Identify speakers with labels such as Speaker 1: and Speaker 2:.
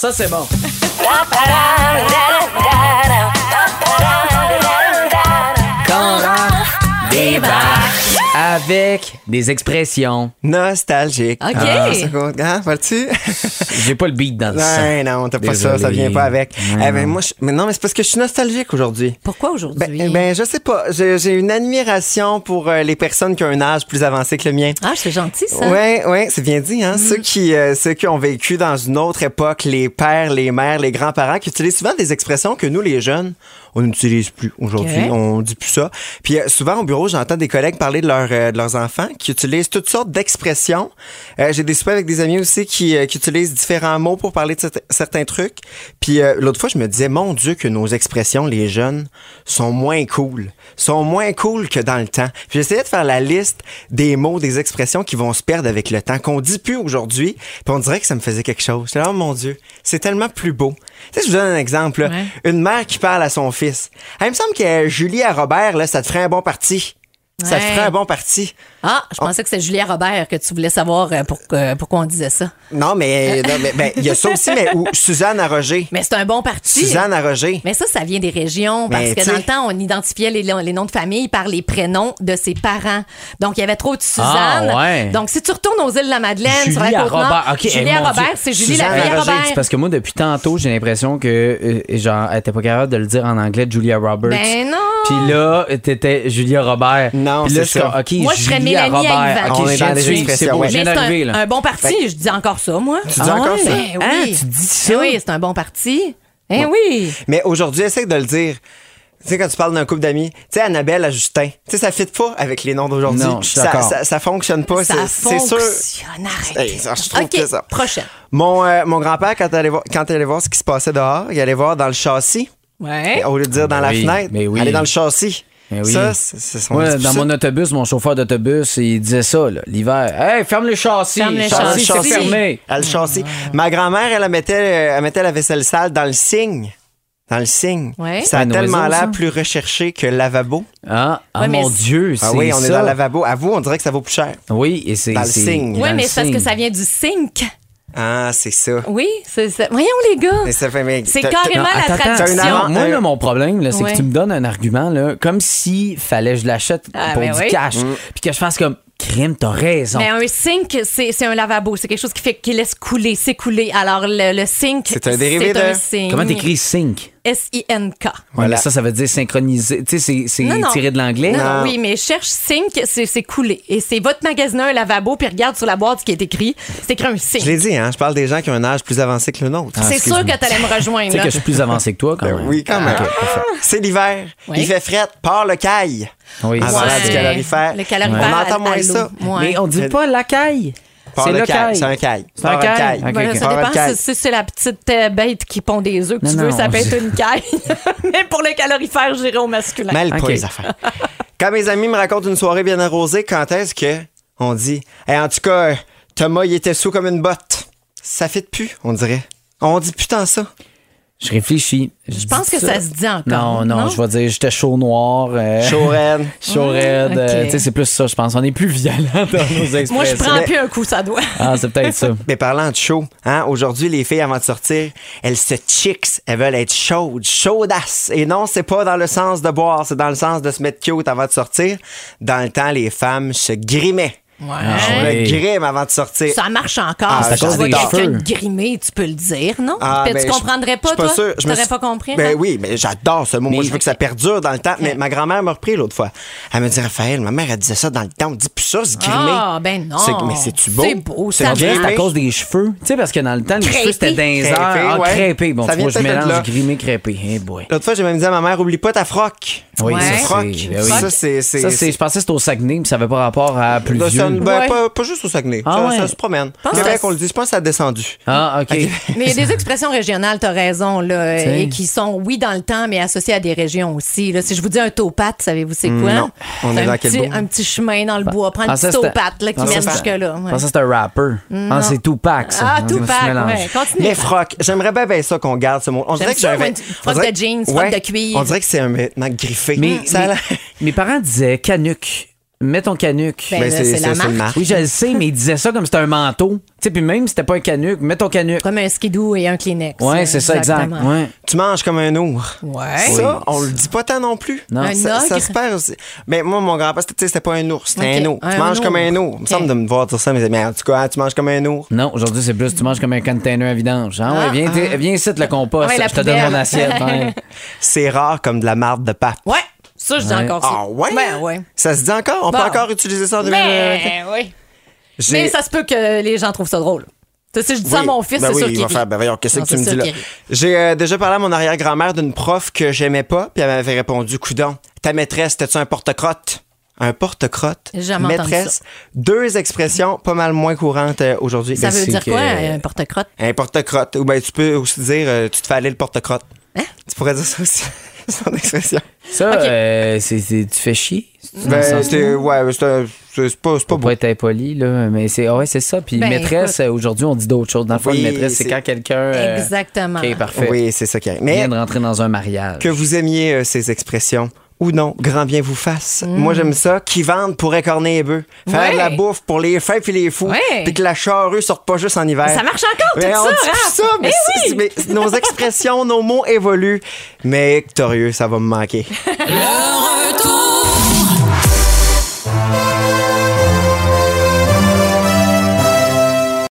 Speaker 1: Ça, c'est bon. Avec des expressions.
Speaker 2: Nostalgique.
Speaker 3: Ok.
Speaker 2: Ah, ça compte. Hein, vois-tu?
Speaker 1: J'ai pas le beat dans le sang.
Speaker 2: Ben non, t'as pas ça, ça
Speaker 1: Désolé.
Speaker 2: vient pas avec.
Speaker 1: Ouais,
Speaker 2: Eh ben, moi, je- mais non, mais c'est parce que je suis nostalgique aujourd'hui.
Speaker 3: Pourquoi aujourd'hui?
Speaker 2: Ben, ben, je sais pas. J'ai j'ai une admiration pour euh, les personnes qui ont un âge plus avancé que le mien.
Speaker 3: ah, c'est gentil, ça.
Speaker 2: Ouais, ouais, c'est bien dit. Hein? Ceux qui, euh, ceux qui ont vécu dans une autre époque, les pères, les mères, les grands-parents, qui utilisent souvent des expressions que nous, les jeunes, on n'utilise plus aujourd'hui.
Speaker 3: Ok.
Speaker 2: On dit plus ça. Puis euh, souvent au bureau, j'entends des collègues parler de, leur, euh, de leurs enfants qui utilisent toutes sortes d'expressions. Euh, J'ai des soupers avec des amis aussi qui, euh, qui utilisent différents mots pour parler de cet- certains trucs. Puis euh, l'autre fois, je me disais, mon Dieu, que nos expressions, les jeunes, sont moins cool, sont moins cool que dans le temps. Puis j'essayais de faire la liste des mots, des expressions qui vont se perdre avec le temps, qu'on dit plus aujourd'hui. Puis on dirait que ça me faisait quelque chose. J'étais là, oh mon Dieu, c'est tellement plus beau. Tu sais, je vous donne un exemple. là.
Speaker 3: Ouais.
Speaker 2: Une mère qui parle à son fils. Ah, il me semble que euh, Julie à Robert, là, ça te ferait un bon parti. Ça te
Speaker 3: Ouais.
Speaker 2: ferait un bon parti.
Speaker 3: Ah, je pensais que c'était Julia Robert que tu voulais savoir euh, pour, euh, pourquoi on disait ça.
Speaker 2: Non, mais non, mais- ben, il y a ça aussi, mais ou Suzanne à Roger.
Speaker 3: Mais c'est un bon parti.
Speaker 2: Suzanne à Roger.
Speaker 3: Mais ça, ça vient des régions parce
Speaker 2: Mais
Speaker 3: que
Speaker 2: tu
Speaker 3: dans
Speaker 2: sais-
Speaker 3: le temps, on identifiait les, les noms de famille par les prénoms de ses parents. Donc, il y avait trop de Suzanne.
Speaker 1: Ah, ouais.
Speaker 3: Donc, si tu retournes aux îles de la Madeleine, sur
Speaker 1: Julie
Speaker 3: la
Speaker 1: à
Speaker 3: Côte-Nord,
Speaker 1: Robert. OK,
Speaker 3: Julie
Speaker 1: eh,
Speaker 3: à
Speaker 1: mon Dieu.
Speaker 3: Robert, c'est Julie
Speaker 2: Suzanne
Speaker 3: la
Speaker 2: à
Speaker 3: fille à
Speaker 2: Roger,
Speaker 3: Robert.
Speaker 1: C'est parce que moi, depuis tantôt, j'ai l'impression que, euh, genre, elle était pas capable de le dire en anglais, Julia Roberts.
Speaker 3: Ben non.
Speaker 1: Puis là, t'étais Julia Robert.
Speaker 2: Non,
Speaker 1: Puis là,
Speaker 2: c'est
Speaker 1: je suis
Speaker 2: ça.
Speaker 1: comme, OK,
Speaker 3: Moi, je
Speaker 1: Julia
Speaker 3: serais Mélanie
Speaker 1: Robert.
Speaker 3: Aïvan.
Speaker 1: OK,
Speaker 2: On est
Speaker 1: je
Speaker 2: dans
Speaker 1: viens de
Speaker 2: les
Speaker 1: suivre,
Speaker 2: expressions,
Speaker 1: c'est beau,
Speaker 2: ouais.
Speaker 1: je
Speaker 3: Mais
Speaker 1: viens
Speaker 3: c'est
Speaker 1: d'arriver,
Speaker 3: un,
Speaker 1: là.
Speaker 3: un bon parti. Je dis encore ça, moi. Tu
Speaker 2: Ben, dis encore ça? Ah,
Speaker 1: Hein,
Speaker 3: oui.
Speaker 1: tu dis ça?
Speaker 3: Eh oui, c'est un bon parti. Eh oui.
Speaker 2: Mais aujourd'hui, essaye de le dire. Tu sais, quand tu parles d'un couple d'amis, tu sais, Annabelle à Justin, tu sais, ça fit pas avec les noms d'aujourd'hui.
Speaker 1: Non, je suis
Speaker 2: ça,
Speaker 1: d'accord.
Speaker 2: ça, ça fonctionne pas.
Speaker 3: Ça
Speaker 2: c'est- c'est sûr.
Speaker 3: fonctionne. Arrêtez.
Speaker 2: Hey, ça, je trouve
Speaker 3: OK,
Speaker 2: que ça-
Speaker 3: prochaine.
Speaker 2: Mon, euh, mon grand-père, quand il allait voir- quand il allait voir ce qui se passait dehors, il allait voir dans le châssis.
Speaker 3: Ouais.
Speaker 2: Au lieu de dire dans la
Speaker 1: Ben oui,
Speaker 2: fenêtre,
Speaker 1: mais oui.
Speaker 2: aller dans le châssis.
Speaker 1: Ben oui.
Speaker 2: Ça, c'est c'est son
Speaker 1: Moi,
Speaker 2: c'est
Speaker 1: dans
Speaker 2: ça.
Speaker 1: mon autobus, mon chauffeur d'autobus, il disait ça, là, l'hiver. Hey, ferme le châssis.
Speaker 3: Ferme le
Speaker 2: Dans le
Speaker 3: châssis,
Speaker 1: c'est
Speaker 3: châssis.
Speaker 1: fermé.
Speaker 2: Dans Ah, le châssis. Ma grand-mère, elle, elle mettait, euh, elle mettait la vaisselle sale dans le signe. Dans le signe.
Speaker 3: Ouais.
Speaker 2: Ça a
Speaker 1: Un
Speaker 2: tellement
Speaker 1: oiseau,
Speaker 2: l'air
Speaker 1: ça.
Speaker 2: plus recherché que lavabo.
Speaker 1: Ah, ah,
Speaker 3: Ouais, mais
Speaker 1: mon
Speaker 3: c'est-
Speaker 1: Dieu, c'est
Speaker 2: Ah oui, on est
Speaker 1: ça.
Speaker 2: dans le lavabo. À vous, on dirait que ça vaut plus cher.
Speaker 1: Oui, et c'est...
Speaker 2: Dans le
Speaker 1: c'est-
Speaker 2: signe.
Speaker 1: dans
Speaker 3: Oui,
Speaker 1: le
Speaker 3: mais c'est parce que
Speaker 1: signe.
Speaker 3: ça vient du sink.
Speaker 2: Ah, c'est ça.
Speaker 3: Oui, c'est ça. Voyons, les gars.
Speaker 2: Mais ça fait- mais
Speaker 3: C'est
Speaker 2: t'as- t'as-
Speaker 3: carrément
Speaker 1: Non,
Speaker 3: la
Speaker 1: attends, attends.
Speaker 3: traduction.
Speaker 2: T'as une avant-
Speaker 1: Moi,
Speaker 2: un-
Speaker 1: là, mon problème, là, c'est
Speaker 3: Ouais.
Speaker 1: que tu me donnes un argument, là, comme si fallait que je l'achète
Speaker 3: Ah,
Speaker 1: pour
Speaker 3: ben
Speaker 1: du
Speaker 3: oui.
Speaker 1: cash.
Speaker 2: Mm.
Speaker 1: Puis que je fasse comme, crime, t'as raison.
Speaker 3: Mais un sink, c'est c'est un lavabo. C'est quelque chose qui fait qui laisse couler, s'écouler. Alors, le, le sink,
Speaker 2: C'est un dérivé
Speaker 3: c'est
Speaker 2: de-
Speaker 3: un signe.
Speaker 1: Comment t'écris sync?
Speaker 3: S-I-N-K.
Speaker 1: Ouais, mais
Speaker 2: Voilà.
Speaker 1: ça, ça veut dire synchroniser. Tu sais, c'est- c'est
Speaker 3: Non, non.
Speaker 1: tiré de l'anglais.
Speaker 3: Non, non, oui, mais cherche sink, c'est c'est couler. Et c'est votre magasiner un lavabo, puis regarde sur la boîte ce qui est écrit. C'est écrit un
Speaker 2: Je l'ai Ah,
Speaker 3: sink.
Speaker 2: dit, hein, je parle des gens qui ont un âge plus avancé que le nôtre.
Speaker 3: C'est sûr
Speaker 1: excuse-moi.
Speaker 3: que t'allais me
Speaker 1: Tu
Speaker 3: rejoindre.
Speaker 1: sais
Speaker 3: là.
Speaker 1: que je suis plus avancé que toi, quand
Speaker 2: Ben
Speaker 1: même.
Speaker 2: oui, quand même.
Speaker 1: Ah, ok, parfait.
Speaker 2: C'est l'hiver,
Speaker 3: Oui.
Speaker 2: il fait fret, part le caille.
Speaker 1: Oui,
Speaker 2: en
Speaker 1: c'est-
Speaker 2: parlant du
Speaker 3: Ouais.
Speaker 2: calorifère.
Speaker 3: Le calorifère
Speaker 2: On
Speaker 3: à-
Speaker 2: entend
Speaker 3: à
Speaker 2: moins
Speaker 3: l'eau.
Speaker 2: ça.
Speaker 3: Ouais.
Speaker 1: Mais on dit pas la caille.
Speaker 2: Part
Speaker 1: C'est
Speaker 2: le
Speaker 1: le
Speaker 2: caille.
Speaker 1: caille.
Speaker 2: C'est un caille.
Speaker 1: C'est un
Speaker 2: Part le
Speaker 1: caille.
Speaker 2: caille.
Speaker 1: Ok,
Speaker 3: Ben,
Speaker 1: ok.
Speaker 3: ça
Speaker 2: Par un
Speaker 3: dépend
Speaker 2: caille.
Speaker 3: si, si c'est la petite euh, bête qui pond des œufs que tu
Speaker 1: Non,
Speaker 3: veux,
Speaker 1: non,
Speaker 3: ça peut
Speaker 1: je-
Speaker 3: être une caille. mais pour le calorifère, j'irai au masculin.
Speaker 2: Mêle pas
Speaker 1: Ben, Ok.
Speaker 2: les affaires. Quand mes amis me racontent une soirée bien arrosée, quand est-ce que on dit Eh, En tout cas, euh, Thomas, il était saoul comme une botte. Ça fait de plus, on dirait. On dit putain ça.
Speaker 1: Je réfléchis. Je, dis
Speaker 3: pense que ça se dit
Speaker 1: Non,
Speaker 3: encore,
Speaker 1: non,
Speaker 3: non?
Speaker 1: je vais dire j'étais chaud noir. euh,
Speaker 2: Chaud raide.
Speaker 1: chaud raide. euh,
Speaker 3: ok.
Speaker 1: tu sais, c'est plus ça, je pense. On est plus violent dans nos expressions.
Speaker 3: Moi, je prends
Speaker 2: Mais-
Speaker 3: plus un coup, ça doit.
Speaker 1: Ah, c'est peut-être ça.
Speaker 2: Mais parlant de chaud, hein, aujourd'hui, les filles, avant de sortir, elles se chicks. Elles veulent être chaudes, chaudasses. Et non, c'est pas dans le sens de boire, c'est dans le sens de se mettre cute avant de sortir. Dans le temps, les femmes se grimaient.
Speaker 1: Ah,
Speaker 2: On
Speaker 1: ouais.
Speaker 2: le grime avant de sortir.
Speaker 3: Ça marche encore.
Speaker 2: Ah, c'est à
Speaker 3: si tu
Speaker 2: cause
Speaker 3: vois
Speaker 2: des
Speaker 3: quelqu'un
Speaker 1: cheveux.
Speaker 3: de grimé, tu peux le dire, non?
Speaker 2: Ah,
Speaker 3: Peut-être
Speaker 2: ben, je-
Speaker 3: tu comprendrais
Speaker 2: je
Speaker 3: pas,
Speaker 2: suis pas
Speaker 3: toi?
Speaker 2: sûr. Je me
Speaker 3: T'aurais
Speaker 2: suis-
Speaker 3: pas compris?
Speaker 2: Ben
Speaker 3: hein?
Speaker 2: oui, mais j'adore ce mot. Moi,
Speaker 1: Mais-
Speaker 2: je veux que ça perdure dans le temps. Mais ma grand-mère m'a repris l'autre fois. Elle me dit, Raphaël, ma mère, elle disait ça dans le temps. On dit plus ça, se grimer.
Speaker 3: Ah, ben non.
Speaker 2: C'est- Mais c'est-tu beau?
Speaker 3: C'est beau,
Speaker 2: C'est
Speaker 3: ça
Speaker 1: On dirait que C'est à
Speaker 2: Grimer.
Speaker 1: cause des cheveux. Tu sais, parce que dans le temps, les
Speaker 3: Crêpé.
Speaker 1: cheveux, c'était dans les airs.
Speaker 2: Crêpé,
Speaker 1: Ah,
Speaker 2: ouais.
Speaker 1: crêpé. Bon,
Speaker 2: Ça
Speaker 1: tu vois,
Speaker 2: vient
Speaker 1: je
Speaker 2: peut-être de là.
Speaker 1: mélange grimé, crêpé. Eh boy.
Speaker 2: L'autre fois, j'ai même dit à ma mère, oublie pas ta froc.
Speaker 1: Oui,
Speaker 3: Ouais.
Speaker 1: ça, c'est-
Speaker 2: Froc.
Speaker 1: ben oui.
Speaker 2: Ça, c'est- c'est-
Speaker 1: Ça, c'est- Je pensais que c'était au Saguenay, mais ça avait pas rapport à plus
Speaker 2: Ça, ça-
Speaker 1: vieux.
Speaker 2: ben,
Speaker 3: Ouais.
Speaker 2: pas, pas juste au Saguenay.
Speaker 1: Ah
Speaker 2: ça,
Speaker 1: ouais.
Speaker 2: ça se promène.
Speaker 3: pense
Speaker 2: C'est
Speaker 3: que
Speaker 2: vrai
Speaker 3: ça-
Speaker 2: qu'on le dit. Je pense que ça a descendu.
Speaker 1: Ah, OK.
Speaker 3: Mais il y a des expressions régionales, t'as raison, là,
Speaker 1: Tiens.
Speaker 3: et qui sont, oui, dans le temps, mais associées à des régions aussi. Là, si je vous dis un topate, savez-vous c'est quoi?
Speaker 2: non. On est
Speaker 3: un
Speaker 2: dans quel
Speaker 3: petit,
Speaker 2: bout?
Speaker 3: Un petit chemin dans le bois. Prends le
Speaker 1: Ah, ça,
Speaker 3: petit
Speaker 1: c'était-
Speaker 3: topate là, qui
Speaker 1: Ah, ça,
Speaker 3: mène
Speaker 2: c'était-
Speaker 3: jusque-là.
Speaker 1: Je
Speaker 3: ouais.
Speaker 1: pensais que c'était un rapper. Ah, c'est Tupac, ça.
Speaker 3: Ah,
Speaker 1: On se
Speaker 3: tout pack,
Speaker 1: mélange.
Speaker 3: ouais. Continue.
Speaker 2: Les frocs. J'aimerais bien, bien ça qu'on garde ce mot. On dirait que
Speaker 3: ça,
Speaker 2: j'avais.
Speaker 3: ouais, une froc
Speaker 2: on dirait-
Speaker 3: de jeans, froc de cuir.
Speaker 2: On dirait que c'est un vêtement griffé.
Speaker 1: Mais,
Speaker 2: Ça a
Speaker 1: mais-
Speaker 2: l'air-
Speaker 1: mes parents disaient canuc. Ah. Mets ton canuc.
Speaker 3: Ben,
Speaker 2: Ben,
Speaker 3: là, c'est la
Speaker 2: une
Speaker 3: marque.
Speaker 1: oui, je le sais, mais ils disaient ça comme c'était un manteau. sais, puis même si c'était pas un canuc, mets ton canuc.
Speaker 3: Comme un skidoo et un Kleenex.
Speaker 1: Ouais, c'est ça, exact.
Speaker 3: exactement.
Speaker 1: Ouais.
Speaker 2: Tu manges comme un ours.
Speaker 3: Ouais.
Speaker 2: Ça, on le dit pas tant non plus.
Speaker 1: Non. Un
Speaker 2: ça, ça
Speaker 3: ogre?
Speaker 2: se perd aussi. Mais moi, mon grand-père, c'était tu sais, c'était pas un ours, c'était
Speaker 3: Ok,
Speaker 2: un ours. Tu
Speaker 3: un
Speaker 2: manges comme un
Speaker 3: ours.
Speaker 2: ours. Il me semble de me voir dire ça, mais, mais en tout cas, tu manges comme un ours.
Speaker 1: Non, aujourd'hui, c'est plus, tu manges comme un container à vidange. Ah, ouais, viens, t'es- viens ici, le compost.
Speaker 3: Ouais, la
Speaker 1: je te donne
Speaker 3: poubelle.
Speaker 1: mon assiette. ouais.
Speaker 2: C'est rare comme de la marde de pape.
Speaker 3: Ouais. Ça, je dis
Speaker 1: Ouais.
Speaker 3: encore ça.
Speaker 2: Ah ouais?
Speaker 3: Ben, ouais.
Speaker 2: Ça se dit encore? On
Speaker 3: Bon.
Speaker 2: peut encore utiliser ça en 2020?
Speaker 3: Mais, oui. Mais ça se peut que les gens trouvent ça drôle. Tu sais, si je dis ça à mon fils,
Speaker 2: ben
Speaker 3: c'est
Speaker 2: oui,
Speaker 3: sûr
Speaker 2: il
Speaker 3: qu'il
Speaker 2: va
Speaker 3: rit.
Speaker 2: faire, ben voyons, qu'est-ce
Speaker 3: Non,
Speaker 2: que tu me
Speaker 3: c'est
Speaker 2: dis
Speaker 3: sûr
Speaker 2: là?
Speaker 3: qu'il rit.
Speaker 2: J'ai euh, déjà parlé à mon arrière-grand-mère d'une prof que j'aimais pas, puis elle m'avait répondu, coudon, ta maîtresse, t'es-tu un porte-crotte? Un porte-crotte,
Speaker 3: J'ai jamais entendu
Speaker 2: maîtresse, deux expressions pas mal moins courantes euh, aujourd'hui.
Speaker 3: Ça
Speaker 2: Ben,
Speaker 3: veut
Speaker 2: c'est
Speaker 3: dire
Speaker 2: que-
Speaker 3: quoi, euh? un porte-crotte?
Speaker 2: Un porte-crotte. Ou bien tu peux aussi dire, euh, tu te fais aller le porte-crotte.
Speaker 3: Hein?
Speaker 2: Tu pourrais dire ça aussi, son expression.
Speaker 1: Ça, euh, c'est- c'est- tu fais chier. c'est-tu dans le
Speaker 2: Ben,
Speaker 1: sens-
Speaker 2: c'est, ouais, c'est, un- c'est c'est pas, c'est pas
Speaker 1: Faut
Speaker 2: beau.
Speaker 1: pas être impoli, là, mais c'est ah ouais, c'est ça. Puis
Speaker 3: Ben,
Speaker 1: maîtresse, euh, aujourd'hui, on dit d'autres choses. Dans le fond,
Speaker 2: Oui,
Speaker 1: une maîtresse, c'est
Speaker 2: c'est-
Speaker 1: quand quelqu'un. euh,
Speaker 3: Exactement.
Speaker 1: Ok, parfait.
Speaker 2: Oui, c'est ça qui arrive. Mais
Speaker 1: Vient de rentrer dans un mariage.
Speaker 2: Que vous aimiez euh, ces expressions ou non, grand bien vous fasse. Moi, j'aime ça. Qui vendent pour écorner les bœufs. Faire
Speaker 3: Mm. Ouais.
Speaker 2: de la bouffe pour les fins puis les fous.
Speaker 3: Ouais.
Speaker 2: Puis que la charrue sorte pas juste en hiver.
Speaker 3: Ça marche encore, tout
Speaker 2: Mais
Speaker 3: ça,
Speaker 2: on dit plus
Speaker 3: Raph.
Speaker 2: ça, mais,
Speaker 3: Eh
Speaker 2: c'est-
Speaker 3: oui.
Speaker 2: mais nos expressions, nos mots évoluent. Mais, Torieux, ça va me manquer.
Speaker 4: Le retour